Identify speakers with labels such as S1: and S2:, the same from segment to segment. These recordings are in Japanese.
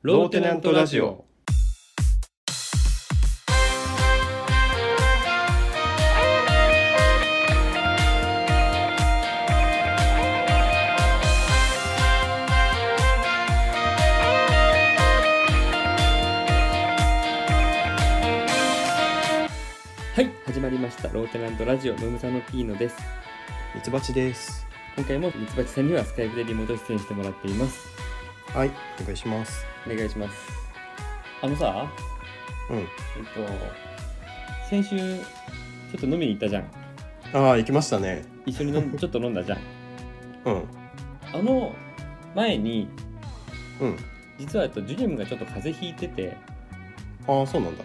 S1: ローテナントラジオ。
S2: はい、始まりました。ローテナントラジオ、ムムサノピーノです。
S1: ミツバチです。
S2: 今回もミツバチさんにはスカイプでリモート出演してもらっています。
S1: はい、お願いします。
S2: お願いします。あのさ、
S1: うん。
S2: えっと、先週、ちょっと飲みに行ったじゃん。
S1: ああ、行きましたね。
S2: 一緒に飲んちょっと飲んだじゃん。
S1: うん。
S2: あの前に、
S1: うん。
S2: 実はえっとジュリムがちょっと風邪ひいてて、
S1: ああ、そうなんだ。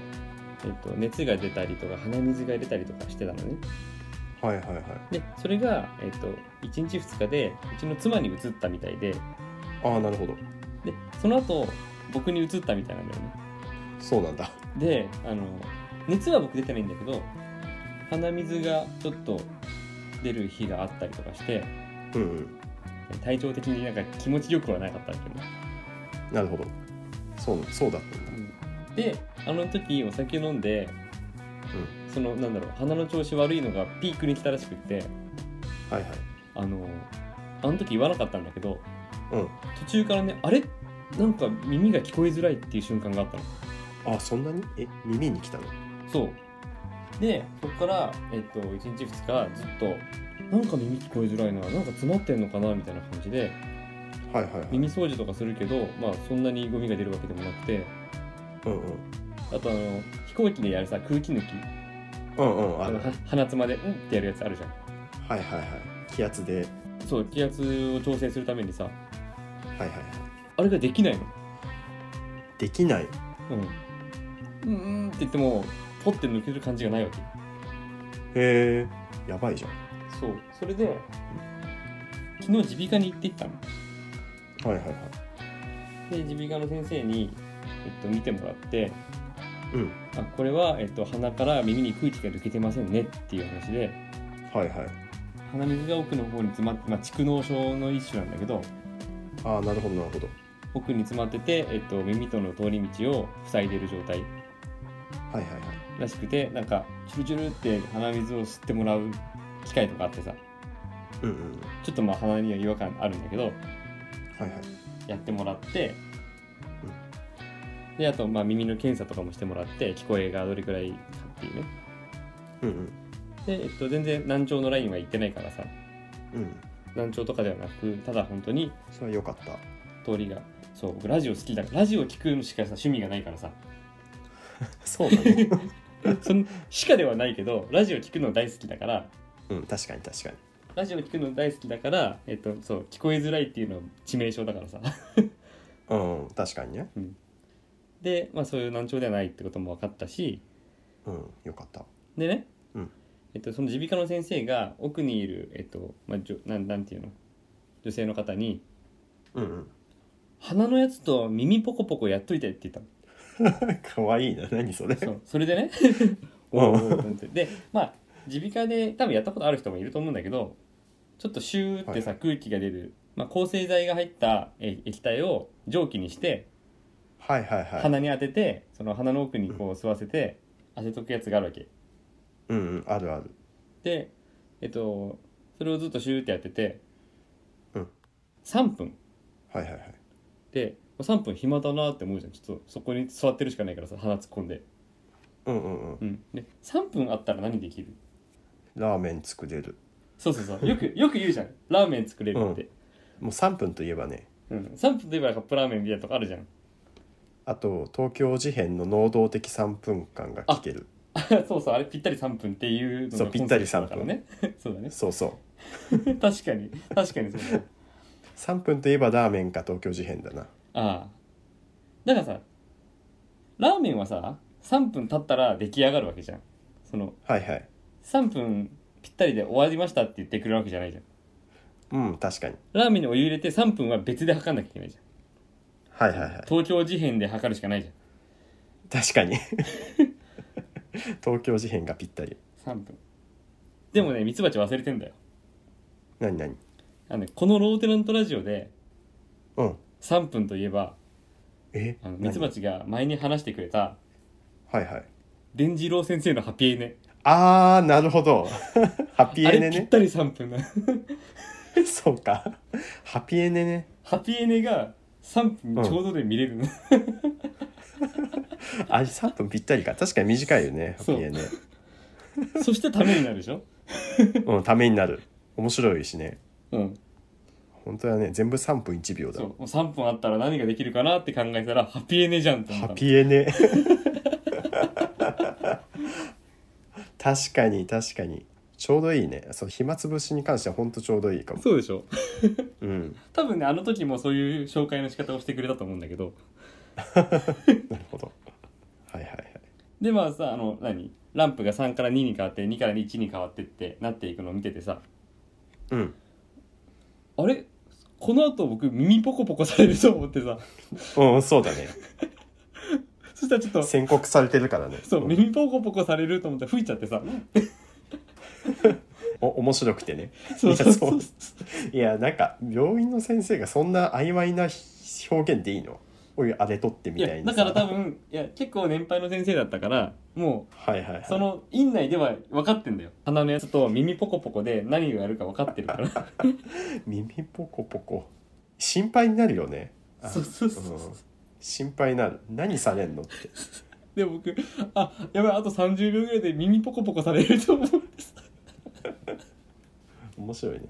S2: えっと、熱が出たりとか鼻水が出たりとかしてたのね。
S1: はいはいはい。
S2: で、それが、えっと、1日2日で、うちの妻に移ったみたいで、
S1: ああ、なるほど。
S2: で、その後、僕に移ったみたいなんだよね。
S1: そうなんだ。
S2: であの熱は僕出てないんだけど鼻水がちょっと出る日があったりとかして
S1: うんうん。
S2: 体調的になんか気持ちよくはなかったんだけど、
S1: なるほど。そう、そうだったんだ。
S2: であの時お酒飲んで、そのなんだろう鼻の調子悪いのがピークに来たらしくって
S1: はいはい。
S2: あのあの時言わなかったんだけど、
S1: うん
S2: 途中からねあれなんか耳が聞こえづらいっていう瞬間があったの
S1: ああ、そんなにえ、耳に来たの
S2: そうでそこから、えっと、1日2日ずっとなんか耳聞こえづらいななんか詰まってんのかなみたいな感じで
S1: はいはいはい。
S2: 耳掃除とかするけど、まあ、そんなにゴミが出るわけでもなくて
S1: うんうん。
S2: あとあの飛行機でやるさ空気抜き
S1: うんうん。あ
S2: あ
S1: る。
S2: の
S1: は
S2: は鼻つまでうんってやるやつあるじゃん
S1: いはいはい。気圧で。
S2: そう気圧を調整するためにさ
S1: はいはいはい。
S2: あれができないの
S1: できない。
S2: うんうんうんって言ってもポッて抜ける感じがないわけ
S1: へえ。やばいじゃ
S2: そうそれで昨日耳鼻科に行って行ったの
S1: ん。はいはいはい。
S2: で耳鼻科の先生に、えっと、見てもらって
S1: うん。
S2: あこれは、えっと、鼻から耳に空気が抜けてませんねっていう話で
S1: はいはい。
S2: 鼻水が奥の方に詰まって、まあ、蓄膿症の一種なんだけど
S1: ああ、なるほどなるほど。
S2: 奥に詰まってて、えっと、耳との通り道を塞いでる状態
S1: はいはいはい。
S2: らしくてなんかチュルチュルって鼻水を吸ってもらう機械とかあってさ
S1: うんうん。
S2: ちょっとまあ鼻には違和感あるんだけど
S1: はいはい。
S2: やってもらって、であとまあ耳の検査とかもしてもらって聞こえがどれくらいかっていうね
S1: うんうん。
S2: で、えっと、全然難聴のラインは行ってないからさ
S1: うん。
S2: 難聴とかではなくただ本当に
S1: それは良かった。
S2: 通りがそう僕ラジオ好きだからラジオ聞くのしかさ趣味がないからさ
S1: そうなの。
S2: そのしかではないけどラジオ聞くの大好きだから
S1: うん、確かに確かに。
S2: ラジオ聞くの大好きだから、えっと、そう聞こえづらいっていうのは致命傷だからさ
S1: うん、確かにね。
S2: で、まあ、そういう難聴ではないってことも分かったし
S1: うん、良かった。
S2: でね、
S1: うん
S2: えっと、その耳鼻科の先生が奥にいる、えっとまあ、じょなんなんていうの女性の方に
S1: うんうん。
S2: 「鼻のやつと耳ポコポコやっといて」って言ったの。
S1: 可愛いな、何それ。
S2: そうそれでね
S1: うん
S2: おーおーと思ってでまあ耳鼻科で多分やったことある人もいると思うんだけどちょっとシューってさ、空気が出る、まあ、抗生剤が入ったえ液体を蒸気にして
S1: はいはいはい。
S2: 鼻に当てて、その鼻の奥にこう吸わせて当てとくやつがあるわけ
S1: うんうん、あるある。
S2: でえっとそれをずっとシューってやってて、
S1: うん
S2: 3分
S1: はいはいはい。
S2: で3分暇だなって思うじゃんちょっとそこに座ってるしかないからさ鼻突っ込んで,、
S1: うんうんうん。
S2: うん、で3分あったら何できる
S1: ラーメン作れる。
S2: そうそう そうよくよく言うじゃんラーメン作れるって、
S1: もう3分といえばね、
S2: うん3分といえばカップラーメンみたいなとこあるじゃん
S1: あと東京事変の能動的3分間が聞ける。
S2: そうそうあれぴったり3分っていうのが
S1: そう
S2: コンセプトだからね そうだね
S1: そうそう。
S2: 確かに確かにそうだ
S1: 3分といえばラーメンか東京事変だな。
S2: ああだからさラーメンはさ3分経ったら出来上がるわけじゃんその
S1: はいはい。
S2: 3分ぴったりで終わりましたって言ってくるわけじゃないじゃん
S1: うん、確かに。
S2: ラーメンにお湯入れて3分は別で測んなきゃいけないじゃん
S1: はいはいはい。
S2: 東京事変で測るしかないじ
S1: 確かに。 東京事変がぴったり。
S2: ゃん3分でもねミツバチ忘れてんだよ
S1: 何何
S2: あのねこのローテナントラジオで
S1: うん。
S2: 3分といえば
S1: え
S2: あのミツバチが前に話してくれた
S1: はいはい
S2: 伝次郎先生のハピエネ
S1: あーなるほどハピ
S2: あ
S1: エネ
S2: れぴっ
S1: ね
S2: たり3分だ
S1: そうかハピエネね
S2: ハピエネが3分ちょうどで見れる の、
S1: あれ3分ぴったりか確かに短いよねハピ
S2: そう
S1: エネ
S2: そしてためになるでしょ
S1: うんためになる面白いしね
S2: うん
S1: 本当だね全部3分1秒だ
S2: そうもう3分あったら何ができるかなって考えたらハピエネじゃんって思った
S1: ハ
S2: の
S1: ピエネ確かに確かにちょうどいいねそう暇つぶしに関してはほんとちょうどいいかも
S2: そうでしょ
S1: うん
S2: 多分ねあの時もそういう紹介の仕方をしてくれたと思うんだけど
S1: なるほどはいはいはい
S2: でまあさあの何ランプが3から2に変わって2から1に変わってってなっていくのを見ててさ
S1: うん
S2: あれこの後僕耳ポコポコされると思ってさ
S1: うんそうだね
S2: そしたらちょっと
S1: 宣告されてるからね
S2: そう耳ポコポコされると思って吹いちゃってさ
S1: お面白くてね
S2: そうそうそ
S1: いやそうういやなんか病院の先生がそんな曖昧な表現でいいのおいあれ取って
S2: い
S1: みた
S2: や
S1: い
S2: だ
S1: な
S2: から多分いや結構年配の先生だったからも
S1: はいはいはいう
S2: その院内では分かってんだよ鼻のやつと耳ポコポコで何をやるか分かってるから
S1: 耳ポコポコ心配になるよね あ
S2: そうそうそう
S1: うん心配になる何されんのって
S2: で僕あやばいあと30秒ぐらいで耳ポコポコされると思う
S1: 面白いね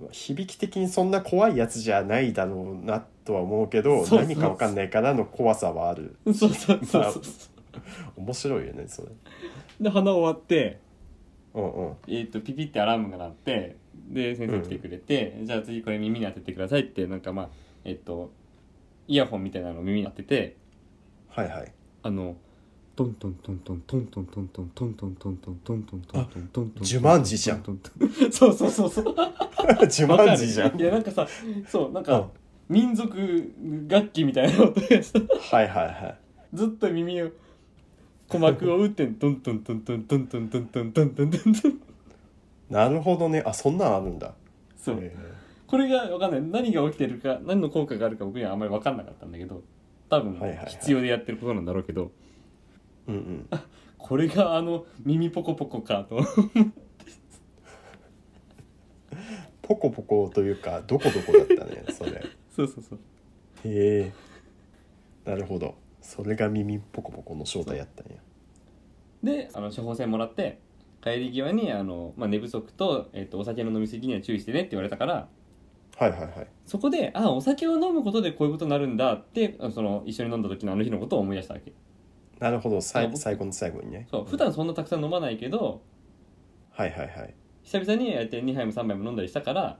S1: まあ響き的にそんな怖いやつじゃないだろうなとは思うけ
S2: そ
S1: ど
S2: うそう
S1: 何か分かんないからの怖さはある
S2: そうそうそうそう
S1: 面白いよねそれ
S2: で鼻終わって、
S1: うんうん
S2: えー、とピピってアラームが鳴ってで先生来てくれて、じゃあ次これ耳に当ててくださいってなんかまあえっ、とイヤホンみたいなのを耳に当てて
S1: はいはい
S2: あのトントントントントントントントントントントントントントントントントントン
S1: ジュマンジじゃん
S2: そうそうそうそう
S1: 自慢じゃ
S2: わか
S1: ん
S2: るいやなんかさそうなん
S1: うん
S2: か民族楽器みたいな音がさ
S1: はいはいはい
S2: ずっと耳を鼓膜を打ってトントントントントントントントントントントントン
S1: なるほどねあそんなんあるんだ
S2: そう
S1: へ
S2: これが分かんない何が起きてるか何の効果があるか僕にはあんまり分かんなかったんだけど多分
S1: はいはいはい
S2: 必要でやってることなんだろうけど、
S1: えうんうん
S2: これがあの耳ポコポコかと
S1: ポコポコというかどこどこだった ねそれへ
S2: そうそうそう
S1: えなるほどそれが耳ポコポコの正体やったんや
S2: であの処方箋もらって帰り際にあの、まあ、寝不足と,、えっとお酒の飲み過ぎには注意してねって言われたから
S1: はいはいはい
S2: そこであお酒を飲むことでこういうことになるんだってあのその一緒に飲んだ時のあの日のことを思い出したわけ
S1: なるほどさ
S2: あ
S1: い
S2: 僕
S1: 最後の最後にね
S2: そう普段そんなたくさん飲まないけど
S1: はいはいはい
S2: 久々にやって2杯も3杯も飲んだりしたから、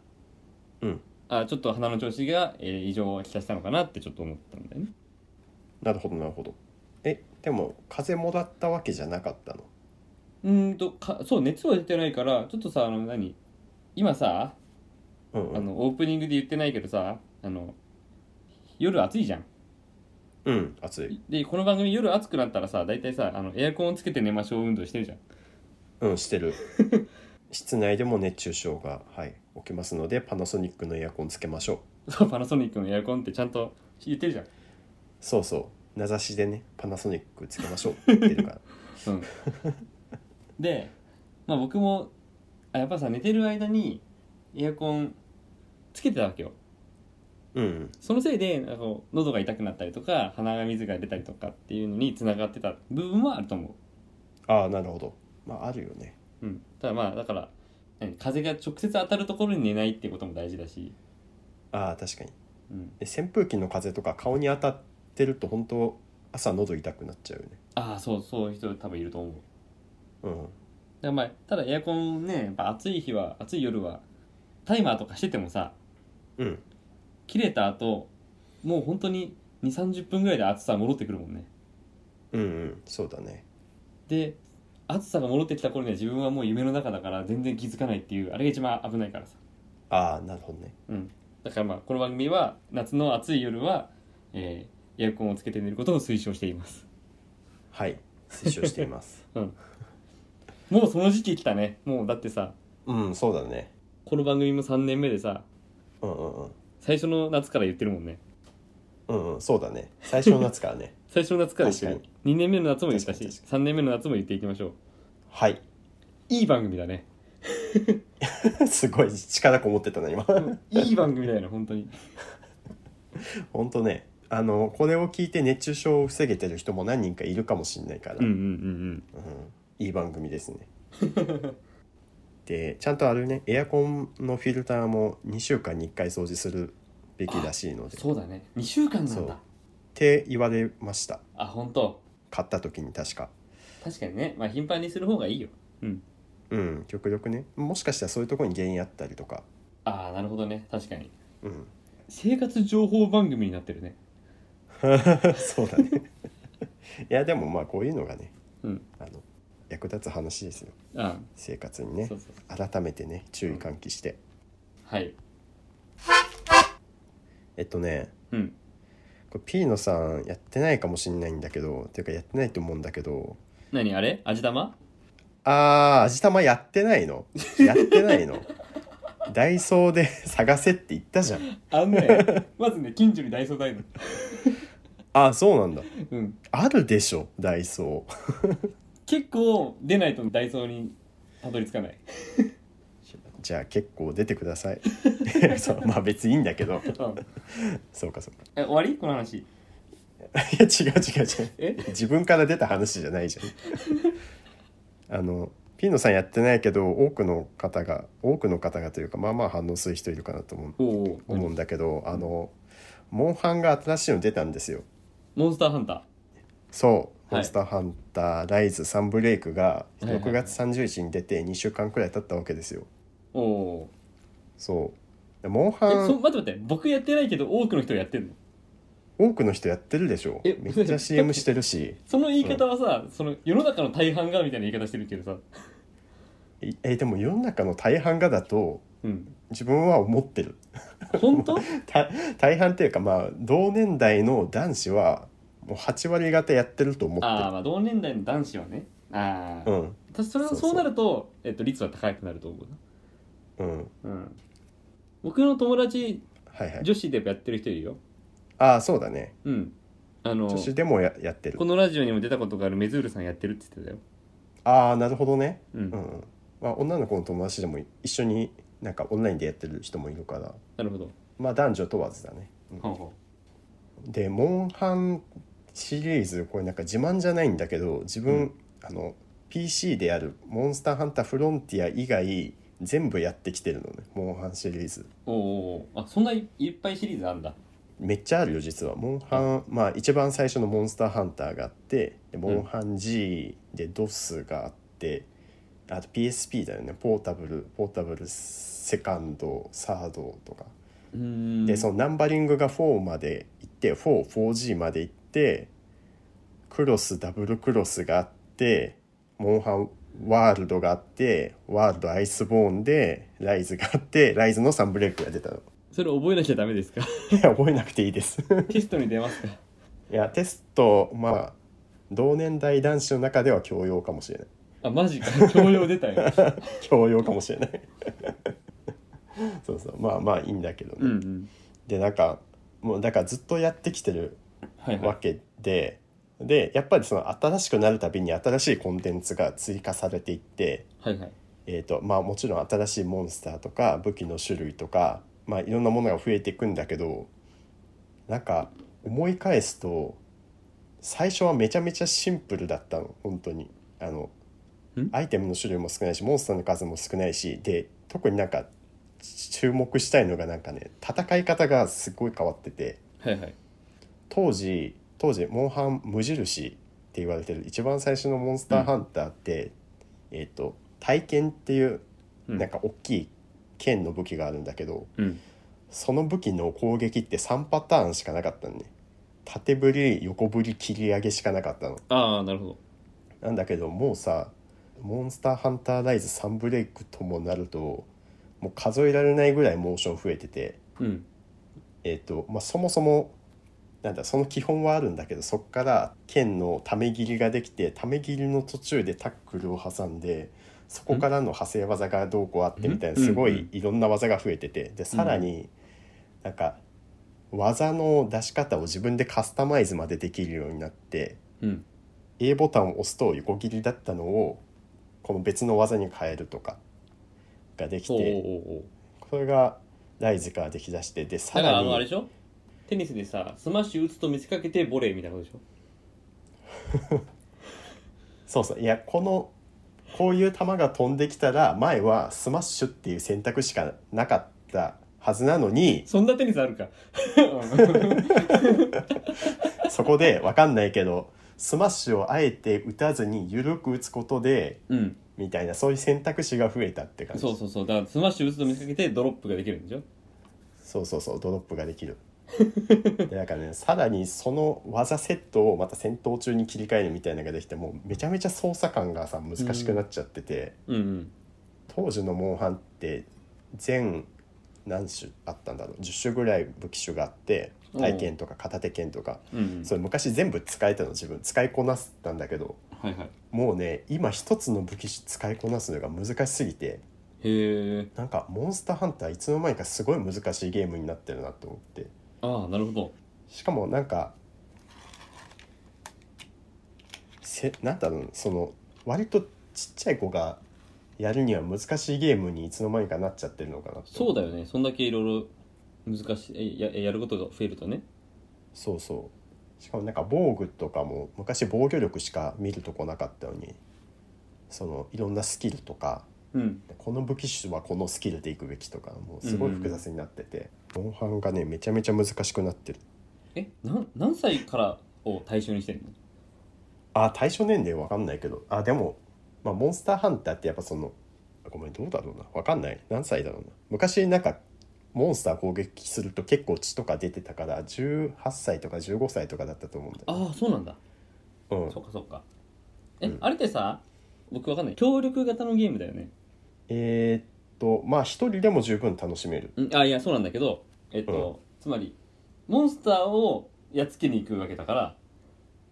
S1: うん、
S2: あちょっと鼻の調子が、えー異常をきたしたのかなってちょっと思ったんだよね
S1: なるほどなるほどえでも風邪もらったわけじゃなかったの
S2: うーんとかそう熱は出てないからちょっとさあの何今さ
S1: うんう
S2: あ
S1: ん
S2: のオープニングで言ってないけどさあの夜暑いじゃん
S1: うん暑い
S2: でこの番組夜暑くなったらさ大体さあのエアコンをつけて寝ましょう運動してるじゃん
S1: うんしてる室内でも熱中症がはい起きますのでパナソニックのエアコンつけましょう
S2: そうパナソニックのエアコンってちゃんと言ってるじゃん
S1: そうそう名指しでねパナソニックつけましょうって言って るから
S2: うんで、まあ、僕もあやっぱさ寝てる間にエアコンつけてたわけよ
S1: うんうん
S2: そのせいであの喉が痛くなったりとか鼻が水が出たりとかっていうのにつながってた部分はあると思
S1: ああなるほどまああるよね
S2: う、うん、ただまあだから何風が直接当たるところに寝ないってことも大事だし、
S1: ああ確かに
S2: うん、
S1: で扇風機の風とか顔に当たってると本当朝喉痛くなっちゃうよね
S2: ああそうそういう人多分いると思う
S1: うん
S2: だからまあただエアコンねやっぱ暑い日は暑い夜はタイマーとかしててもさ
S1: うん
S2: 切れた後もう本当に2 3 0分ぐらいで暑さ戻ってくるもんね
S1: うんうんそうだね
S2: で暑さが戻ってきた頃には自分はもう夢の中だから全然気づかないっていうあれが一番危ないからさ
S1: ああなるほどね
S2: うんだからまあこの番組は夏の暑い夜は、えーエアコンをつけて寝ることを推奨しています
S1: はい推奨しています
S2: もうその時期来たねもうだってさ
S1: うんそうだね
S2: この番組も3年目でさ
S1: うんうんうん
S2: 最初の夏から言ってるもんね
S1: うんうんそうだね最初の夏からね
S2: 最初の夏から言ってる
S1: 確か
S2: 2年目の夏も言ったし
S1: 確かに確
S2: 3年目の夏も言っていきましょう
S1: はい
S2: いい番組だね
S1: すごい力こもってたな今
S2: いい番組だよね本当に
S1: ほんとねあのこれを聞いて熱中症を防げてる人も何人かいるかもしれないから、
S2: うんうん
S1: うんいい番組ですねでちゃんとあれねエアコンのフィルターも2週間に1回掃除するべきらしいの
S2: うん
S1: でっ
S2: そうだね2週間な
S1: そ
S2: ん
S1: う
S2: だ
S1: て言われました
S2: あ本当
S1: 買った時に確か
S2: 確かにねまあ頻繁にする方がいいようん
S1: うん極力ねもしかしたらそういうところに原因あったりとか
S2: ああなるほどね確かに
S1: うん
S2: 生活情報番組になってるね
S1: そうだねいやでもまあこういうのがね
S2: うん
S1: あの役立つ話ですよ
S2: あ
S1: 生活に
S2: あ
S1: ね
S2: そうそう
S1: 改めてね注意喚起して、
S2: はい
S1: えっとね
S2: うん
S1: これピーノさんやってないかもしんないんだけどっていうかやってないと思うんだけど
S2: 何あれ味玉
S1: あー味玉やってないのやってないのダイソーで探せって言ったじゃん
S2: あんね まずね近所にダイソーないの
S1: あーそうなんだ
S2: うん
S1: あるでしょダイソー
S2: 結構出ないとダイソーにたどり着かない
S1: じゃあ結構出てください そうまあ別にいいんだけど
S2: うん
S1: そうかそうか
S2: え終わりこの話
S1: いや違う違う違う
S2: え
S1: 自分から出た話じゃないじゃんあのピーノさんやってないけど多くの方が多くの方がというかまあまあ反応する人いるかなと思う
S2: おお
S1: 思うんだけどあのモンハンが新しいの出たんですよ
S2: モンスターハンター
S1: そう「
S2: は
S1: モ
S2: い
S1: ンスターハンター、ライズサンブレイク」が
S2: いはいはい
S1: 6月30日に出て2週間くらい経ったわけですよ
S2: おお
S1: そうでモン
S2: え
S1: ハ
S2: そ
S1: ン
S2: 待って待って僕やってないけど多くの人やってんの
S1: 多くの人やってるでしょ
S2: え
S1: めっちゃ CM してるし
S2: その言い方はさ、その世の中の大半がみたいな言い方してるけどさ
S1: いえでも世の中の大半がだと
S2: うん
S1: 自分は思ってる
S2: 本当
S1: た大半っていうかまあ同年代の男子はもう8割方やってると思
S2: ああ
S1: っ
S2: まあ同年代の男子はねああ、
S1: てるうん
S2: 私それは
S1: そう
S2: そ
S1: そ
S2: う
S1: う
S2: なるとえっと率は高くなると思う
S1: うん
S2: なうん僕の友達
S1: はいはい
S2: 女子でやってる人いるよ
S1: ああそうだね
S2: うんあの
S1: 女子でもややってる
S2: このラジオにも出たことがあるメズールさんやってるって言ってたよ
S1: ああなるほどね
S2: うん、
S1: うんうんまあ、女の子の友達でも一緒になんかオンラインでやってる人もいるから
S2: なるほど
S1: まあ男女問わずだね、うん
S2: ほうほ
S1: で「モンハン」シリーズこれなんか自慢じゃないんだけど自分、
S2: うん
S1: あの PC でやる「モンスターハンターフロンティア」以外全部やってきてるのねモンハンシリーズ
S2: うおうおうあそんないいっぱいシリーズあんだ
S1: めっちゃあるよ実はモンハン、まあ一番最初の「モンスターハンター」があってでモンハン G でドスがあって、あと PSP だよねポータブルポータブルセカンドサードとか、
S2: うーん
S1: でそのナンバリングが4まで行って 44G まで行ってクロスダブルクロスがあってモンハンワールドがあってワールドアイスボーンでライズがあってライズのサンブレイクが出たの
S2: それ覚えなきゃダメですか
S1: いや覚えなくていいです
S2: テストに出ますか
S1: いやテストまあ同年代男子の中では教養かもしれない
S2: あマジか教養出た よ
S1: 教養かもしれない そうそうまあまあいいんだけどね、
S2: うんうん
S1: でなんかもうだからずっとやってきてる
S2: はいは
S1: わ
S2: い
S1: けで、でやっぱりその新しくなるたびに新しいコンテンツが追加されていって、
S2: はいはい
S1: えーとまあ、もちろん新しいモンスターとか武器の種類とか、まあ、いろんなものが増えていくんだけどなんか思い返すと最初はめちゃめちゃシンプルだったの本当にあの
S2: ん
S1: アイテムの種類も少ないしモンスターの数も少ないしで特になんか注目したいのがなんかね戦い方がすごい変わってて
S2: はいはい
S1: 当時当時モンハン無印って言われてる一番最初のモンスターハンターって、えっ、と体験っていう
S2: うん
S1: なんか大きい剣の武器があるんだけど、
S2: うん
S1: その武器の攻撃って3パターンしかなかったのね縦振り横振り切り上げしかなかったの
S2: ああなるほど
S1: なんだけどもうさ「モンスターハンターライズサンブレイク」ともなるともう数えられないぐらいモーション増えてて
S2: うん
S1: えっ、とまあそもそもなんだその基本はあるんだけどそっから剣のため切りができてため切りの途中でタックルを挟んでそこからの派生技がどうこうあってみたいな
S2: うん
S1: すご
S2: うん
S1: いいろんな技が増えててでさらになんか技の出し方を自分でカスタマイズまでできるようになって
S2: うん。
S1: A ボタンを押すと横切りだったのをこの別の技に変えるとかができ
S2: おうおう
S1: て
S2: おうおう
S1: これがライズからできだしてでさ
S2: だから
S1: ら
S2: あのあれで
S1: に
S2: しょテニスでさスマッシュ打つと見せかけてボレーみたいなことでしょ
S1: そうそういやこのこういう球が飛んできたら前はスマッシュっていう選択しかなかったはずなの に
S2: そんなテニスあるか
S1: そこで分かんないけどスマッシュをあえて打たずに緩く打つことで
S2: うん
S1: みたいなそういう選択肢が増えたって感じ
S2: そうそうそうだからスマッシュ打つと見せかけてドロップができるんでしょ
S1: そうそうそうドロップができるでだからねさらにその技セットをまた戦闘中に切り替えるみたいなのができてもうめちゃめちゃ操作感がさ難しくなっちゃってて、
S2: うんうん
S1: 当時のモンハンって全何種あったんだろう10種ぐらい武器種があって
S2: うん
S1: 体剣とか片手剣とか、
S2: うんうん
S1: それ昔全部使えたの自分使いこなせたんだけど
S2: はいはい
S1: もうね今一つの武器種使いこなすのが難しすぎて
S2: へえ
S1: なんかモンスターハンターいつの間にかすごい難しいゲームになってるなと思って。
S2: ああなるほど
S1: しかもなんかせなんだろうその割とちっちゃい子がやるには難しいゲームにいつの間にかなっちゃってるのかなって
S2: そうだよねそんだけいろいろ難しいえややることが増えるとね
S1: そうそうしかもなんか防具とかも昔防御力しか見るとこなかったのにそのいろんなスキルとか
S2: うん
S1: この武器種はこのスキルでいくべきとかもうすごい複雑になってて、モンハンがねめちゃめちゃ難しくなってる
S2: えなん何歳からを対象にしてるの
S1: あ対象年齢わかんないけどあでも、まあ、モンスターハンターってやっぱそのあごめんどうだろうなわかんない何歳だろうな昔なんかモンスター攻撃すると結構血とか出てたから18歳とか15歳とかだったと思うんだよ、
S2: ああそうなんだ
S1: うん
S2: そっかそっかえ、
S1: うん
S2: あれってさ僕わかんない協力型のゲームだよね
S1: えーっとまあ一人でも十分楽しめる
S2: うんあいやそうなんだけどえっと、つまりモンスターをやっつけに行くわけだから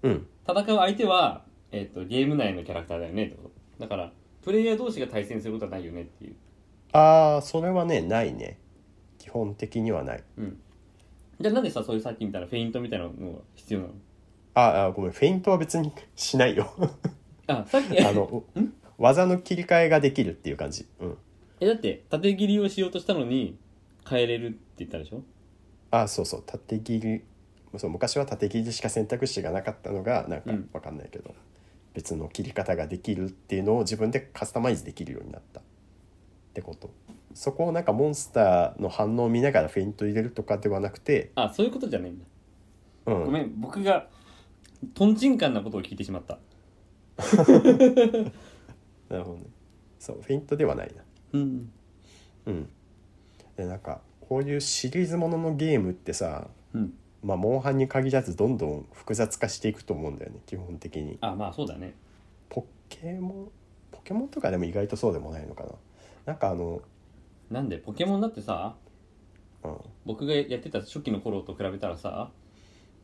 S1: うん
S2: 戦う相手は、えっと、ゲーム内のキャラクターだよねってことだからプレイヤー同士が対戦することはないよねっていう
S1: ああそれはねないね基本的にはない
S2: うんじゃあなんでさそういうさっきみたいなフェイントみたいなのが必要なの
S1: ああごめんフェイントは別にしないよ
S2: あさっき
S1: あの技の切り替えができるっていう感じうん
S2: えだって縦切りをしようとしたのに変えれるって言ったでしょ
S1: あそうそう縦切りそう昔は縦切りしか選択肢がなかったのがなんか
S2: うん
S1: わかんないけど、別の切り方ができるっていうのを自分でカスタマイズできるようになったってことそこをなんかモンスターの反応を見ながらフェイント入れるとかではなくて、
S2: あそういうことじゃないんだ
S1: う
S2: ご
S1: ん、
S2: めん僕がとんちんかんなことを聞いてしまった
S1: なるほどねそうフェイントではないな
S2: うん
S1: うんでなんかこういうシリーズもののゲームってさ
S2: うん
S1: まあモンハンに限らずどんどん複雑化していくと思うんだよね基本的に
S2: あまあそうだね
S1: ポケモンポケモンとかでも意外とそうでもないのかななんかあの、
S2: なんでポケモンだってさ
S1: うん
S2: 僕がやってた初期の頃と比べたらさ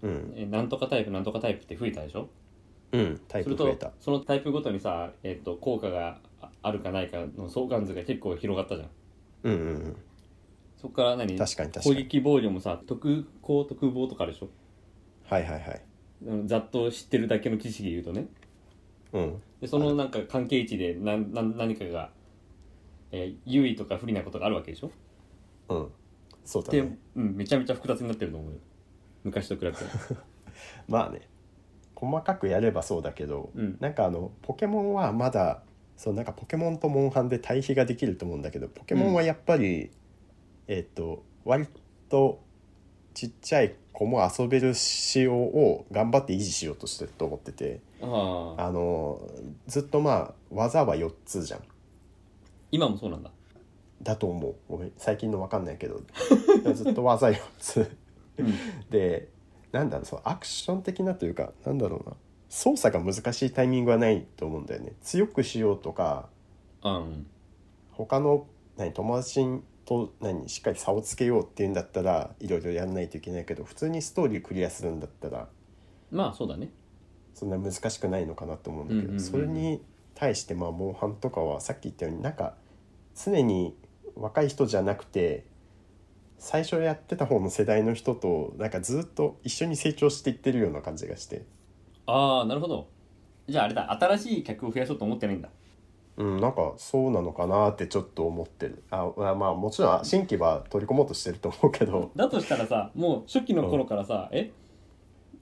S1: うん
S2: えなんとかタイプなんとかタイプって増えたでしょ
S1: うん、タイ
S2: する
S1: プ増え
S2: と
S1: た
S2: そのタイプごとにさ、えっと効果がああるかないかの相関図が結構広がったじゃん
S1: うんうん
S2: そこから何
S1: うん確かに確
S2: 攻
S1: かに
S2: 撃防御もさ特攻特防とかあるでしょ
S1: はいはいはい
S2: うんざっと知ってるだけの知識で言うとね
S1: うん
S2: でそのなんか関係値で何何何かが、えー優位とか不利なことがあるわけでしょ
S1: うんそうだ
S2: で、
S1: ね
S2: うん、めちゃめちゃ複雑になってると思うよ昔と比べ たら
S1: まあね細かくやればそうだけど、
S2: うん
S1: なんかあのポケモンはまだそうなんかポケモンとモンハンで対比ができると思うんだけどポケモンはやっぱり、えっと割とちっちゃい子も遊べる仕様を頑張って維持しようとしてると思ってて
S2: ああ
S1: あのずっとまあ技は4つじゃん
S2: 今もそうなんだ
S1: だと思うごめん最近の分かんない けどずっと技4つ
S2: うん
S1: でなんだろうそのアクション的なというかなんだろうな操作が難しいタイミングはないと思うんだよね強くしようとか
S2: あうん
S1: 他の何友達と何しっかり差をつけようっていうんだったらいろいろやんないといけないけど普通にストーリークリアするんだったら
S2: まあそうだね
S1: そんな難しくないのかなと思うんだけど、
S2: うんうんうん
S1: それに対してまあモンハンとかはさっき言ったようになんか常に若い人じゃなくて最初やってた方の世代の人となんかずっと一緒に成長していってるような感じがして、
S2: ああなるほどじゃああれだ新しい客を増やそうと思ってないんだ
S1: うん、なんかそうなのかなってちょっと思ってるああまあもちろん新規は取り込もうとしてると思うけど
S2: だとしたらさもう初期の頃からさ、え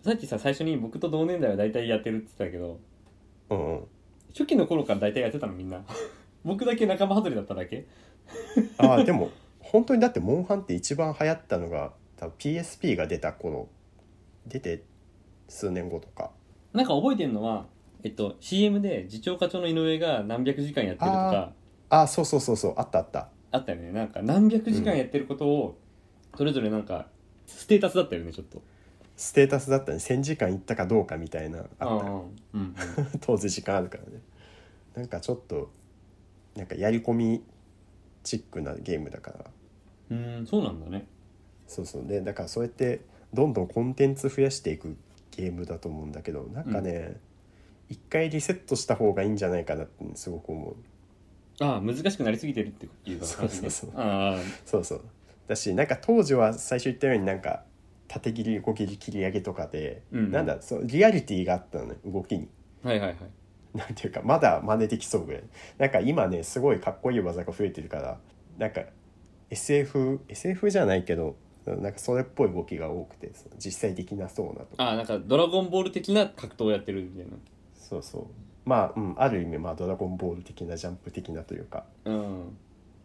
S2: さっきさ最初に僕と同年代は大体やってるって言ってたけど
S1: うんうん
S2: 初期の頃から大体やってたのみんな僕だけ仲間外れだっただけ
S1: あーでも本当にだってモンハンって一番流行ったのが多分 PSP が出た頃出て数年後とか
S2: なんか覚えてるのは、えっと、CM で次長課長の井上が何百時間やってるとか
S1: あーそうそうそうそうあったあった
S2: あったよねなんか何百時間やってることを、それぞれなんかステータスだったよねちょっと
S1: ステータスだったね1000時間いったかどうかみたいなあった
S2: うんうんうんうん
S1: 当時時間あるからねなんかちょっとなんかやり込みチックなゲームだから
S2: うーん そうなんだね
S1: そうそうでだからそうやってどんどんコンテンツ増やしていくゲームだと思うんだけどなんかね、一回リセットした方がいいんじゃないかなってすごく思う
S2: ああ難しくなりすぎてるっていう話ね
S1: そうそうそう
S2: ああ
S1: そうそうだしなんか当時は最初言ったようになんか縦切り横切り切り上げとかで、
S2: うん
S1: なんだそうリアリティがあったのね動きに
S2: はいはいはい
S1: なんていうかまだ真似できそうぐらいなんか今ねすごいかっこいい技が増えてるからなんか SF SF じゃないけどなんかそれっぽい動きが多くてその実際できなそうなとか
S2: ああなんかドラゴンボール的な格闘をやってるみたいな
S1: そうそうまあ、うん、ある意味まあドラゴンボール的なジャンプ的なというか
S2: うん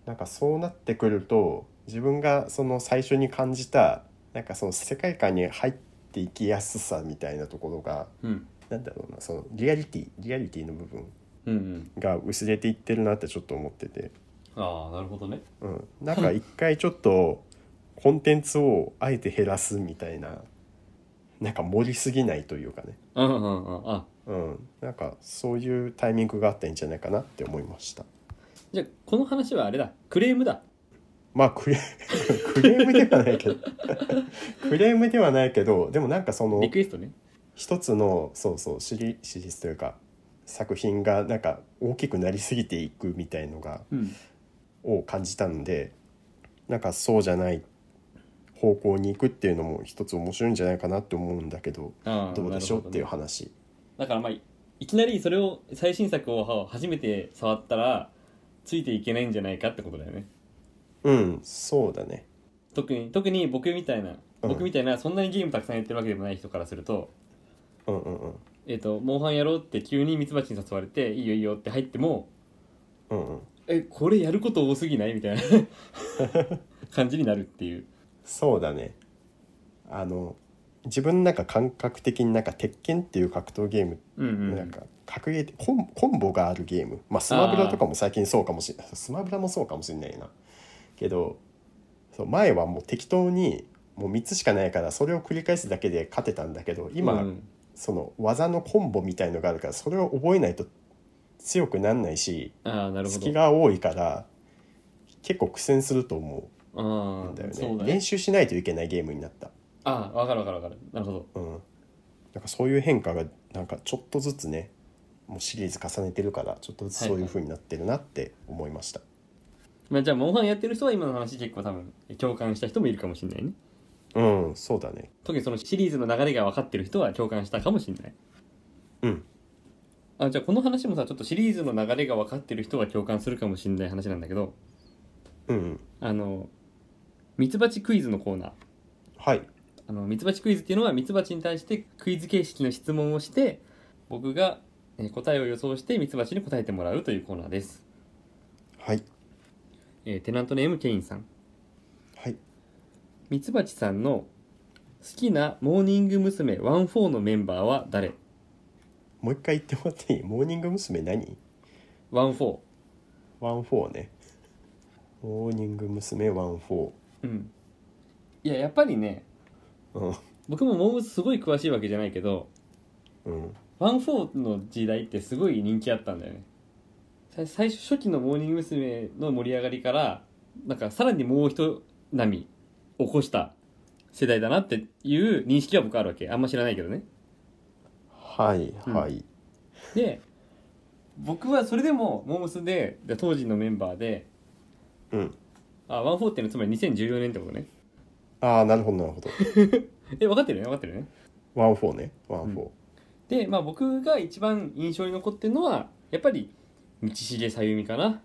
S1: なんかそうなってくると自分がその最初に感じたなんかその世界観に入っていきやすさみたいなところが
S2: うん
S1: なんだろうなそのリアリティリアリティの部分
S2: うんうん
S1: が薄れていってるなってちょっと思ってて、
S2: ああなるほどね
S1: うん、なんか一回ちょっとコンテンツをあえて減らすみたいななんか盛りすぎないというかね、
S2: うんうんうんあ
S1: うん、なんかそういうタイミングがあったらいいんじゃないかなって思いました。
S2: じゃあこの話はあれだクレームだ
S1: まあクレ クレームではないけど クレームではないけどでもなんかその
S2: リクエストね
S1: 一つのそうそうシリシリーズというか作品がなんか大きくなりすぎていくみたいのが
S2: うん
S1: を感じたのでなんかそうじゃない方向に行くっていうのも一つ面白いんじゃないかなって思うんだけど
S2: ああ
S1: どうでしょう
S2: なるほどね
S1: っていう話、
S2: だからまあいいきなりそれを最新作を初めて触ったらついていけないんじゃないかってことだよね
S1: うんそうだね
S2: 特に特に僕みたいな
S1: うん
S2: 僕みたいなそんなにゲームたくさんやってるわけでもない人からすると,、
S1: うんうんうん
S2: えっとモンハンやろうって急にミツバチに誘われて「いいよいいよ」って入っても
S1: うんうん
S2: 「えこれやること多すぎない?」みた いな感じになるっていう
S1: そうだねあの自分の中感覚的になんか鉄拳っていう格闘ゲーム
S2: うんうん
S1: なんか格ゲーってコンコンボがあるゲームまあスマブラとかも最近そうかもしれないスマブラもそうかもしれないなけどそう前はもう適当にもう3つしかないからそれを繰り返すだけで勝てたんだけど今、
S2: うん
S1: その技のコンボみたいのがあるからそれを覚えないと強くなんないし
S2: ああなるほど
S1: 隙が多いから結構苦戦すると思う
S2: あ
S1: んだよ
S2: あ
S1: ね
S2: そうだ
S1: 練
S2: ね
S1: 習しないといけないゲームになった、
S2: ああわかるわかるわかるなるほど
S1: うん、なんかそういう変化がなんかちょっとずつねもうシリーズ重ねてるからちょっとずつそういう風になってるなって思いました、
S2: まあじゃあモンハンやってる人は今の話結構多分共感した人もいるかもしれないね
S1: うんそうだね
S2: 特にそのシリーズの流れが分かってる人は共感したかもしれない
S1: うん
S2: あじゃあこの話もさちょっとシリーズの流れが分かってる人は共感するかもしれない話なんだけど
S1: うんうん
S2: あのミツバチクイズのコーナー
S1: はい
S2: あのミツバチクイズっていうのはミツバチに対してクイズ形式の質問をして僕がえー答えを予想してミツバチに答えてもらうというコーナーです、
S1: はい
S2: えーテナントネームケインさん
S1: はい
S2: ミツバチさんの好きなモーニング娘。14のメンバーは誰
S1: もう一回言ってもらっていいモーニング娘。何
S2: ?14
S1: ワンフォーねモーニング娘。ワンフォ
S2: うんいややっぱりね
S1: ー
S2: 僕もモームスすごい詳しいわけじゃないけど
S1: うんうん
S2: ワンフォーの時代ってすごい人気あったんだよねさ最初初期のモーニング娘。の盛り上がりからなんかさらにもう一波起こした世代だなっていう認識は僕あるわけあんま知らないけどね
S1: はいはい、
S2: で僕はそれでもモームスでで当時のメンバーで
S1: うん
S2: あワンフォーっていうのはつまり2014年ってことね
S1: ああなるほどなるほど
S2: え分かってるよね分かってるよね
S1: ワンフォーねワンフォー、
S2: でまあ僕が一番印象に残ってるのはやっぱり道重さゆみかなっ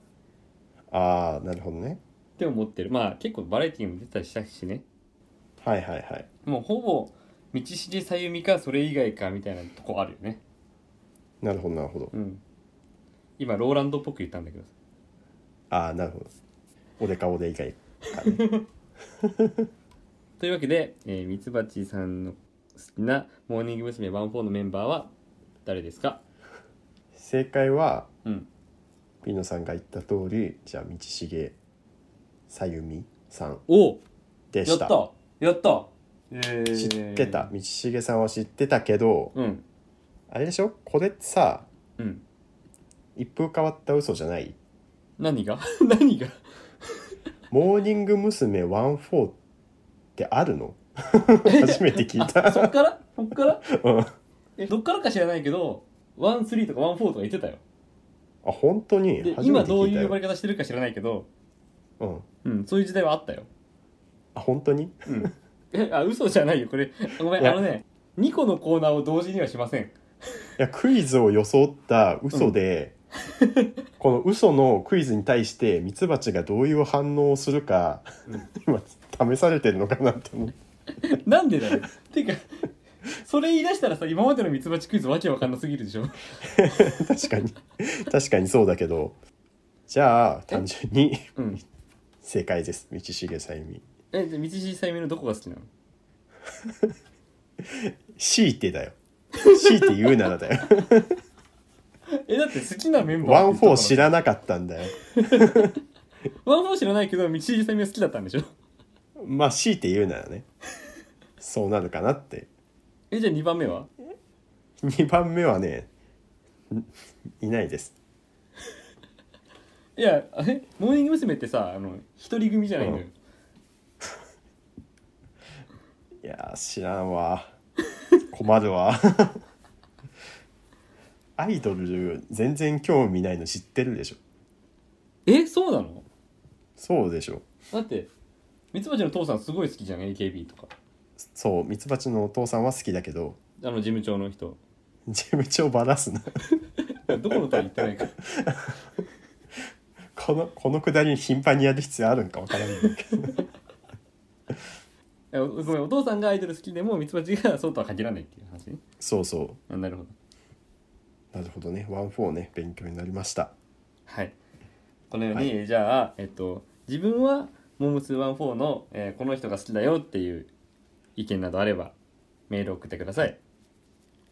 S1: ああなるほどね
S2: て思ってるまあ結構バラエティーにも出たりしたしね
S1: はいはいはい
S2: もうほぼ道重さゆみかそれ以外かみたいなとこあるよね
S1: なるほどなるほど
S2: うん今ローランドっぽく言ったんだけど
S1: ああなるほど俺か俺以外かね、
S2: というわけで、えー、ミツバチさんの好きなモーニング娘。ワンフォーのメンバーは誰ですか
S1: 正解は
S2: うん
S1: ピノさんが言った通りじゃあ道重さゆみさん
S2: おお
S1: で
S2: や
S1: し
S2: ったたやった
S1: 知ってた道重さんは知ってたけど
S2: うん
S1: あれでしょこれってさ
S2: うん
S1: 一風変わった嘘じゃない
S2: 何が 何が
S1: モーニング娘。ワンフォーってあ るの初めて聞い
S2: あ
S1: た
S2: そっからそっから
S1: うん
S2: えどっからか知らないけどワンスリーとかワンフォーとか言ってたよ
S1: あ本当に
S2: で
S1: 初め
S2: 今
S1: て
S2: どう
S1: 聞いた
S2: いう呼ば
S1: よ
S2: れ方してるか知らないけど
S1: うん
S2: うんそういう時代はあったよ
S1: あ本当に
S2: うん えあ嘘じゃないよこれごめ
S1: い
S2: ん
S1: や
S2: あのね2個のコーナーを同時にはしません
S1: いやクイズを装った嘘で、この嘘のクイズに対してミツバチがどういう反応をするか、今試されてるのかなって思う
S2: なんでだよ。 てか、それ言い出したらさ、今までのミツバチクイズわけわかんなすぎるでしょ。
S1: 確かに確かにそうだけどじゃあ単純に
S2: うん。
S1: 正解です道重さゆみ
S2: え、で、道重さゆみのどこが好きなの
S1: 強いてだよ強いて言うならだよ
S2: え、だって好きなメンバー
S1: ワンフォー知
S2: ない。
S1: らなかったんだよ
S2: ワンフォー知らないけど、道重さゆみは好きだったんでしょ。
S1: まあ強いて言うならねそうなるかなって
S2: え、じゃあ2番目は
S1: 2番目はねんいないです
S2: いや、あれモーニング娘。ってさ、あの、一人組じゃないのよ。
S1: いやー知らんわ困るわ アイドル全然興味ないの知ってるでしょ
S2: え、そうなの
S1: そうでしょ
S2: だって、ミツバチの父さんすごい好きじゃん、AKB とか。
S1: そうミツバチのお父さんは好きだけど
S2: あの、事務長の人。
S1: 事務長バラすな
S2: どこの隊行ってないか。
S1: このこのくだり頻繁にやる必要あるんかわからないけど
S2: えごめん、お父さんがアイドル好きでも、ミツバチがそうとは限らないっていう話ね。
S1: そうそ
S2: あなるほど。
S1: うなるほどねワンフォーね勉強になりました
S2: はい。このように、じゃあ、えっと、自分はモムスワンフォーの、えーこの人が好きだよっていう意見などあればメールを送ってください。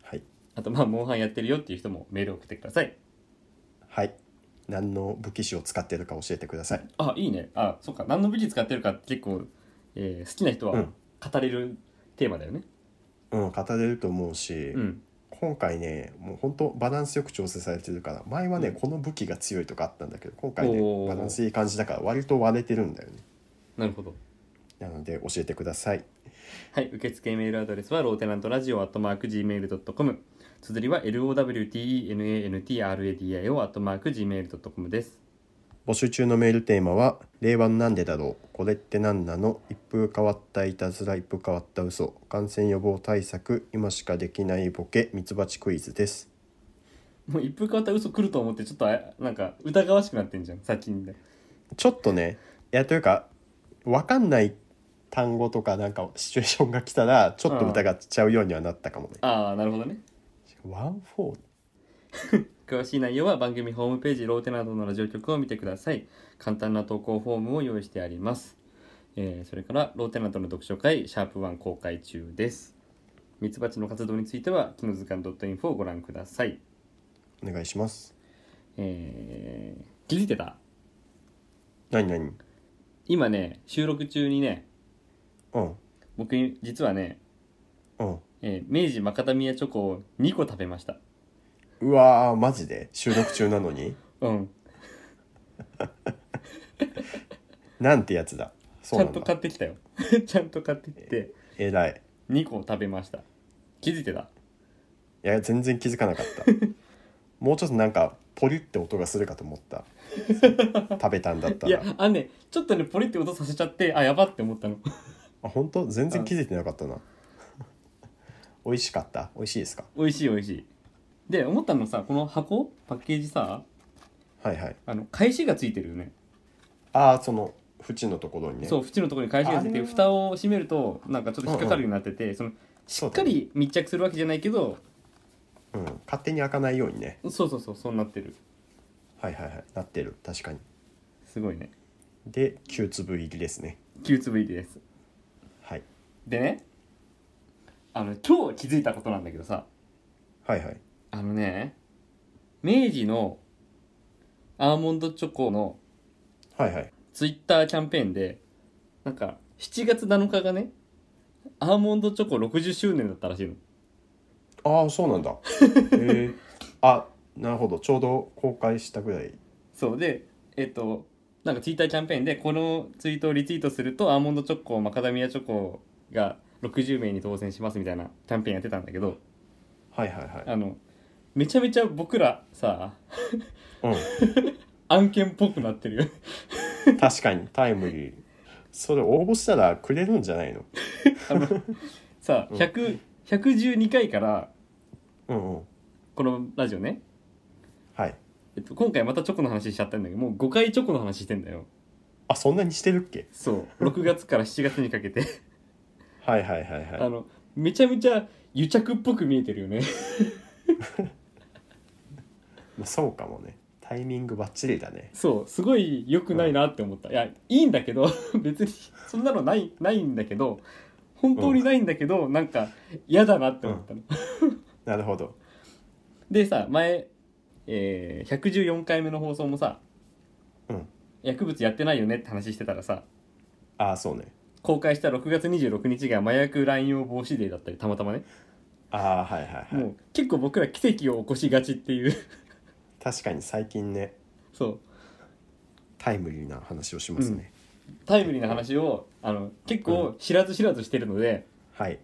S1: はい
S2: あと、まあ、モンハンやってるよっていう人もメールを送ってください。
S1: はい何の武器種を使ってるか教えてください
S2: あ、いいね。あ、そっか。何の武器使ってるかって結構、えー好きな人
S1: う
S2: は語
S1: ん
S2: れるテーマだよね。
S1: うん語れると思うし、
S2: うん。
S1: 今回ねもう本当バランスよく調整されてるから前はね、
S2: うん
S1: この武器が強いとかあったんだけど今回
S2: お
S1: ね
S2: ー
S1: バランスいい感じだから割と割れてるんだよね
S2: なるほど。
S1: なので教えてください
S2: はい、受付メールアドレスはローテナントラジオアットマーク Gmail.com 綴りは LOWTENANTRADIO アットマーク Gmail.com です。
S1: 募集中のメールテーマは「令和のなんでだろうこれってなんなの一風変わったいたずら一風変わった嘘感染予防対策今しかできないボケミツバチクイズ」です
S2: もう一風変わった嘘来ると思ってちょっとあなんか疑わしくなってんじゃん先にね
S1: ちょっとねいやというか分かんない単語とかなんかシチュエーションが来たらちょっと疑っちゃうようにはなったかもね
S2: ああなるほどね
S1: ワンフォー
S2: 詳しい内容は番組ホームページローテナどのラジオ局を見てください簡単な投稿フォームを用意してあります、えーそれからローテナとの読書会シャープ1公開中ですミツバチの活動については「キの図鑑 .info」をご覧ください
S1: お願いします
S2: えー気づいてた
S1: 何何
S2: 今ね収録中にね
S1: うん
S2: 僕実はね、
S1: うん
S2: えー明治マカダミアチョコを2個食べました
S1: うわーマジで収録中な のに
S2: うん
S1: なんてやつだそ
S2: ち
S1: う
S2: ゃ
S1: なん
S2: と
S1: ん
S2: 買
S1: だ
S2: ってきたよ ちゃんと買ってきて
S1: えらい
S2: 2個食べました気づいてた
S1: いや全然気づかなかった もうちょっとなんかポリって音がするかと思った 食べたんだった
S2: いや
S1: ら
S2: あのねちょっとねポリって音させちゃってあやばって思ったの
S1: ああ本当全然気づいてなかったな 美味しかった美味しいですか
S2: 美味しい美味しいで思ったのさこの箱パッケージさ
S1: はいはい
S2: あの返しがついてるよね
S1: ああその縁のところにね
S2: そう縁のところに返しがついて
S1: あれ
S2: て蓋を閉めるとなんかちょっと引っかかるようになってて、そのし
S1: そう
S2: っ
S1: だ
S2: か
S1: ね
S2: り密着するわけじゃないけど
S1: うん、勝手に開かないようにね
S2: そうそうそうそうなってる
S1: はいはいはいなってる確かに
S2: すごいね
S1: で9粒入りですね
S2: 9粒入りです
S1: はい
S2: でねあの今日気づいたことなんだけどさ
S1: はいはい
S2: あのね明治のアーモンドチョコの
S1: はいはい
S2: ツイッターキャンペーンでなんか7月7日がねアーモンドチョコ60周年だったらしいの
S1: ああそうな んだへえあなるほどちょうど公開したぐらい
S2: そうでえっとなんかツイッターキャンペーンでこのツイートをリツイートするとアーモンドチョコマカダミアチョコが60名に当選しますみたいなキャンペーンやってたんだけど
S1: はいはいはい
S2: あのめちゃめちゃ僕らさ
S1: う
S2: 案件っぽくなってるよ
S1: ん 確かにタイムリーそれ応募したらくれるんじゃないの
S2: あのさ100 112回から
S1: うんうん
S2: このラジオね、
S1: はい
S2: えっと、今回またチョコの話しちゃったんだけどもう5回チョコの話してんだよ
S1: あそんなにしてるっけ
S2: そう6月から7月にかけて
S1: はいはいはい はい
S2: あのめちゃめちゃ癒着っぽく見えてるよね
S1: まあそうかもねタイミングバッチリだね
S2: そうすごい良くないなって思った、いやいいんだけど 別にそんなのないないんだけど本当にないんだけど、なんか嫌だなって思ったの、
S1: なるほど
S2: でさ前、えー114回目の放送もさ、
S1: うん
S2: 薬物やってないよねって話してたらさ
S1: ああそうね
S2: 公開した6月26日が麻薬乱用防止デーだったりたまたまね、
S1: ああはいはいはい
S2: もう結構僕ら奇跡を起こしがちっていう
S1: 確かに最近ね
S2: そう
S1: タイムリーな話をしますね、
S2: タイムリーな話をあの結構知らず知らずしてるので、
S1: はい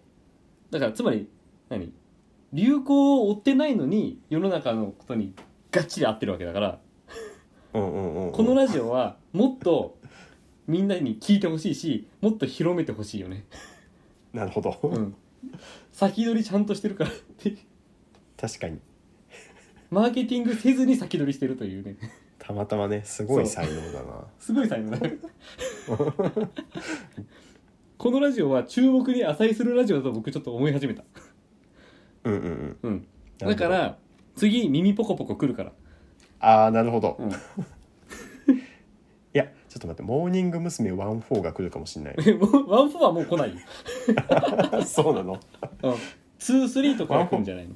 S2: だからつまり何流行を追ってないのに世の中のことにがっちり合ってるわけだから
S1: うんうんうんうん、
S2: このラジオはもっとみんなに聞いてほしいしもっと広めてほしいよね、
S1: なるほど、
S2: うん、先取りちゃんとしてるからって
S1: 確かに
S2: マーケティングせずに先取りしてるというね
S1: たまたまねすごい
S2: そ
S1: 才能だな
S2: すごい才能だこのラジオは注目に値するラジオだと僕ちょっと思い始めた
S1: うんうんうん
S2: うん
S1: なるほど
S2: だから次耳ポコポコ来るから
S1: ああなるほど、
S2: うん
S1: いやちょっと待ってモーニング娘。14が来るかも しれない
S2: えもうワンフォーはもう来ないよ、
S1: そうなの
S2: うん、ツースリーとかは来るんじゃないの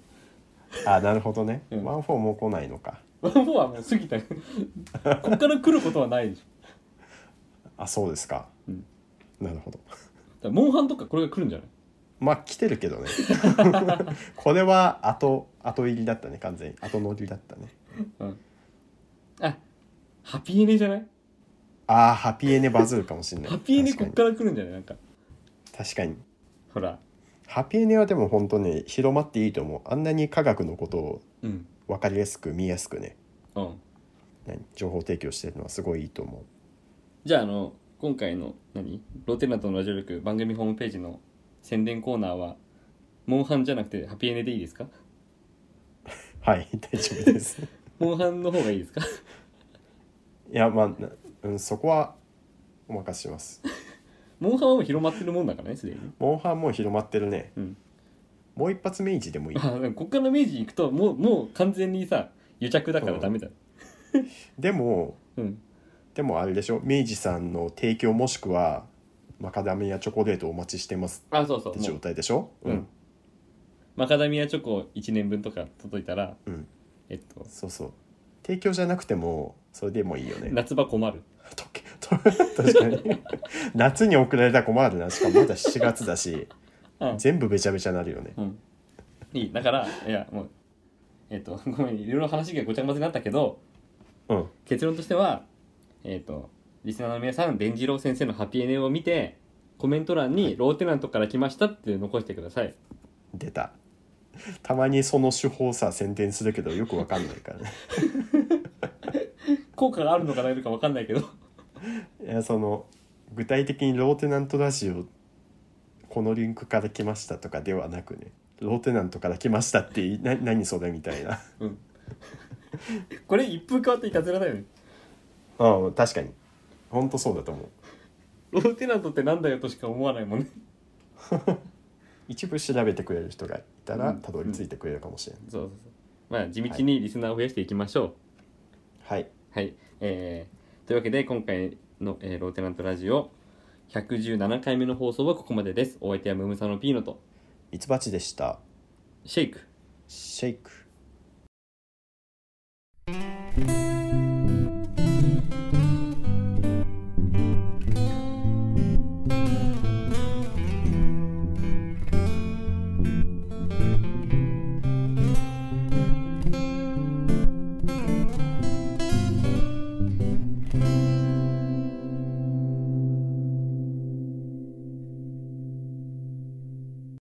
S1: ああなるほどね、
S2: うん
S1: 14もう来ないのか
S2: ワンフォーはもう過ぎたよこっから来ることはないでしょ
S1: あそうですか、
S2: うん
S1: なるほど
S2: だからモンハンとかこれが来るんじゃない
S1: まあ来てるけどね これは後後入りだったね完全に後乗りだったね
S2: あハピエネじゃない
S1: ああハピエネバズるかもしれない
S2: ハピエネこっ
S1: 確
S2: か
S1: から
S2: 来るんじゃないなんか
S1: に確かに
S2: ほら
S1: ハピエネはでも本当に広まっていいと思うあんなに科学のことを
S2: うん
S1: 分かりやすく見やすくね
S2: うん
S1: 何情報提供してるのはすごいいいと思
S2: じゃああの今回の何ローテナントのラジオ力番組ホームページの宣伝コーナーはモンハンじゃなくてハピエネでいいですか
S1: うはい 大丈夫です
S2: モンハンの方がいいですか
S1: いやまあな、うん、そこはお任せします
S2: モンハンはもう広まってるもんだからねすでに
S1: モンハンもう広まってるね、
S2: うん
S1: もう一発明治でもいい
S2: あでもこっからの明治行くともうもう完全にさ癒着だからダメだ
S1: でも
S2: うん
S1: でもあれでしょ明治さんの提供もしくはマカダミアチョコレートお待ちしてます
S2: あそうそ
S1: っ
S2: う
S1: て
S2: も
S1: 状
S2: う
S1: 態でしょ
S2: うんマカダミアチョコ1年分とか届いたら
S1: うん
S2: えっと
S1: そうそう提供じゃなくてもそれでもいいよ ね
S2: 夏場困る
S1: とけと 確かに 夏に送られたら困るなしかもまだ7月だし
S2: うん
S1: 全部べちゃべちゃなるよね
S2: うんいいだからいやもうえっと ごめんいろいろ話がごちゃ混ぜになったけど
S1: うん
S2: 結論としてはえっとリスナーの皆さん伝次郎先生のハピエネを見てコメント欄に「ローテナントから来ました」って残してください
S1: 出たたまにその手法さ宣伝するけどよくわかんないからね
S2: 効果があるのかないのか分かんないけど
S1: いやその具体的にローテナントラジオこのリンクから来ましたとかではなくねローテナントから来ましたってな何それみたいな
S2: これ一風変わっていたずらだよね
S1: うん確かにほんとそうだと思う
S2: ローテナントってなんだよとしか思わないもんね
S1: 一部調べてくれる人がいたら
S2: うん
S1: たどり着いてくれるかもしれない、
S2: そうそうそうまあ地道にリスナーを増やしていきましょう、
S1: はい
S2: はい、えーというわけで今回の、えーローテナントラジオ117回目の放送はここまでです。お相手はムムサノピーノと
S1: ミツバチでした
S2: シェイク。
S1: シェイク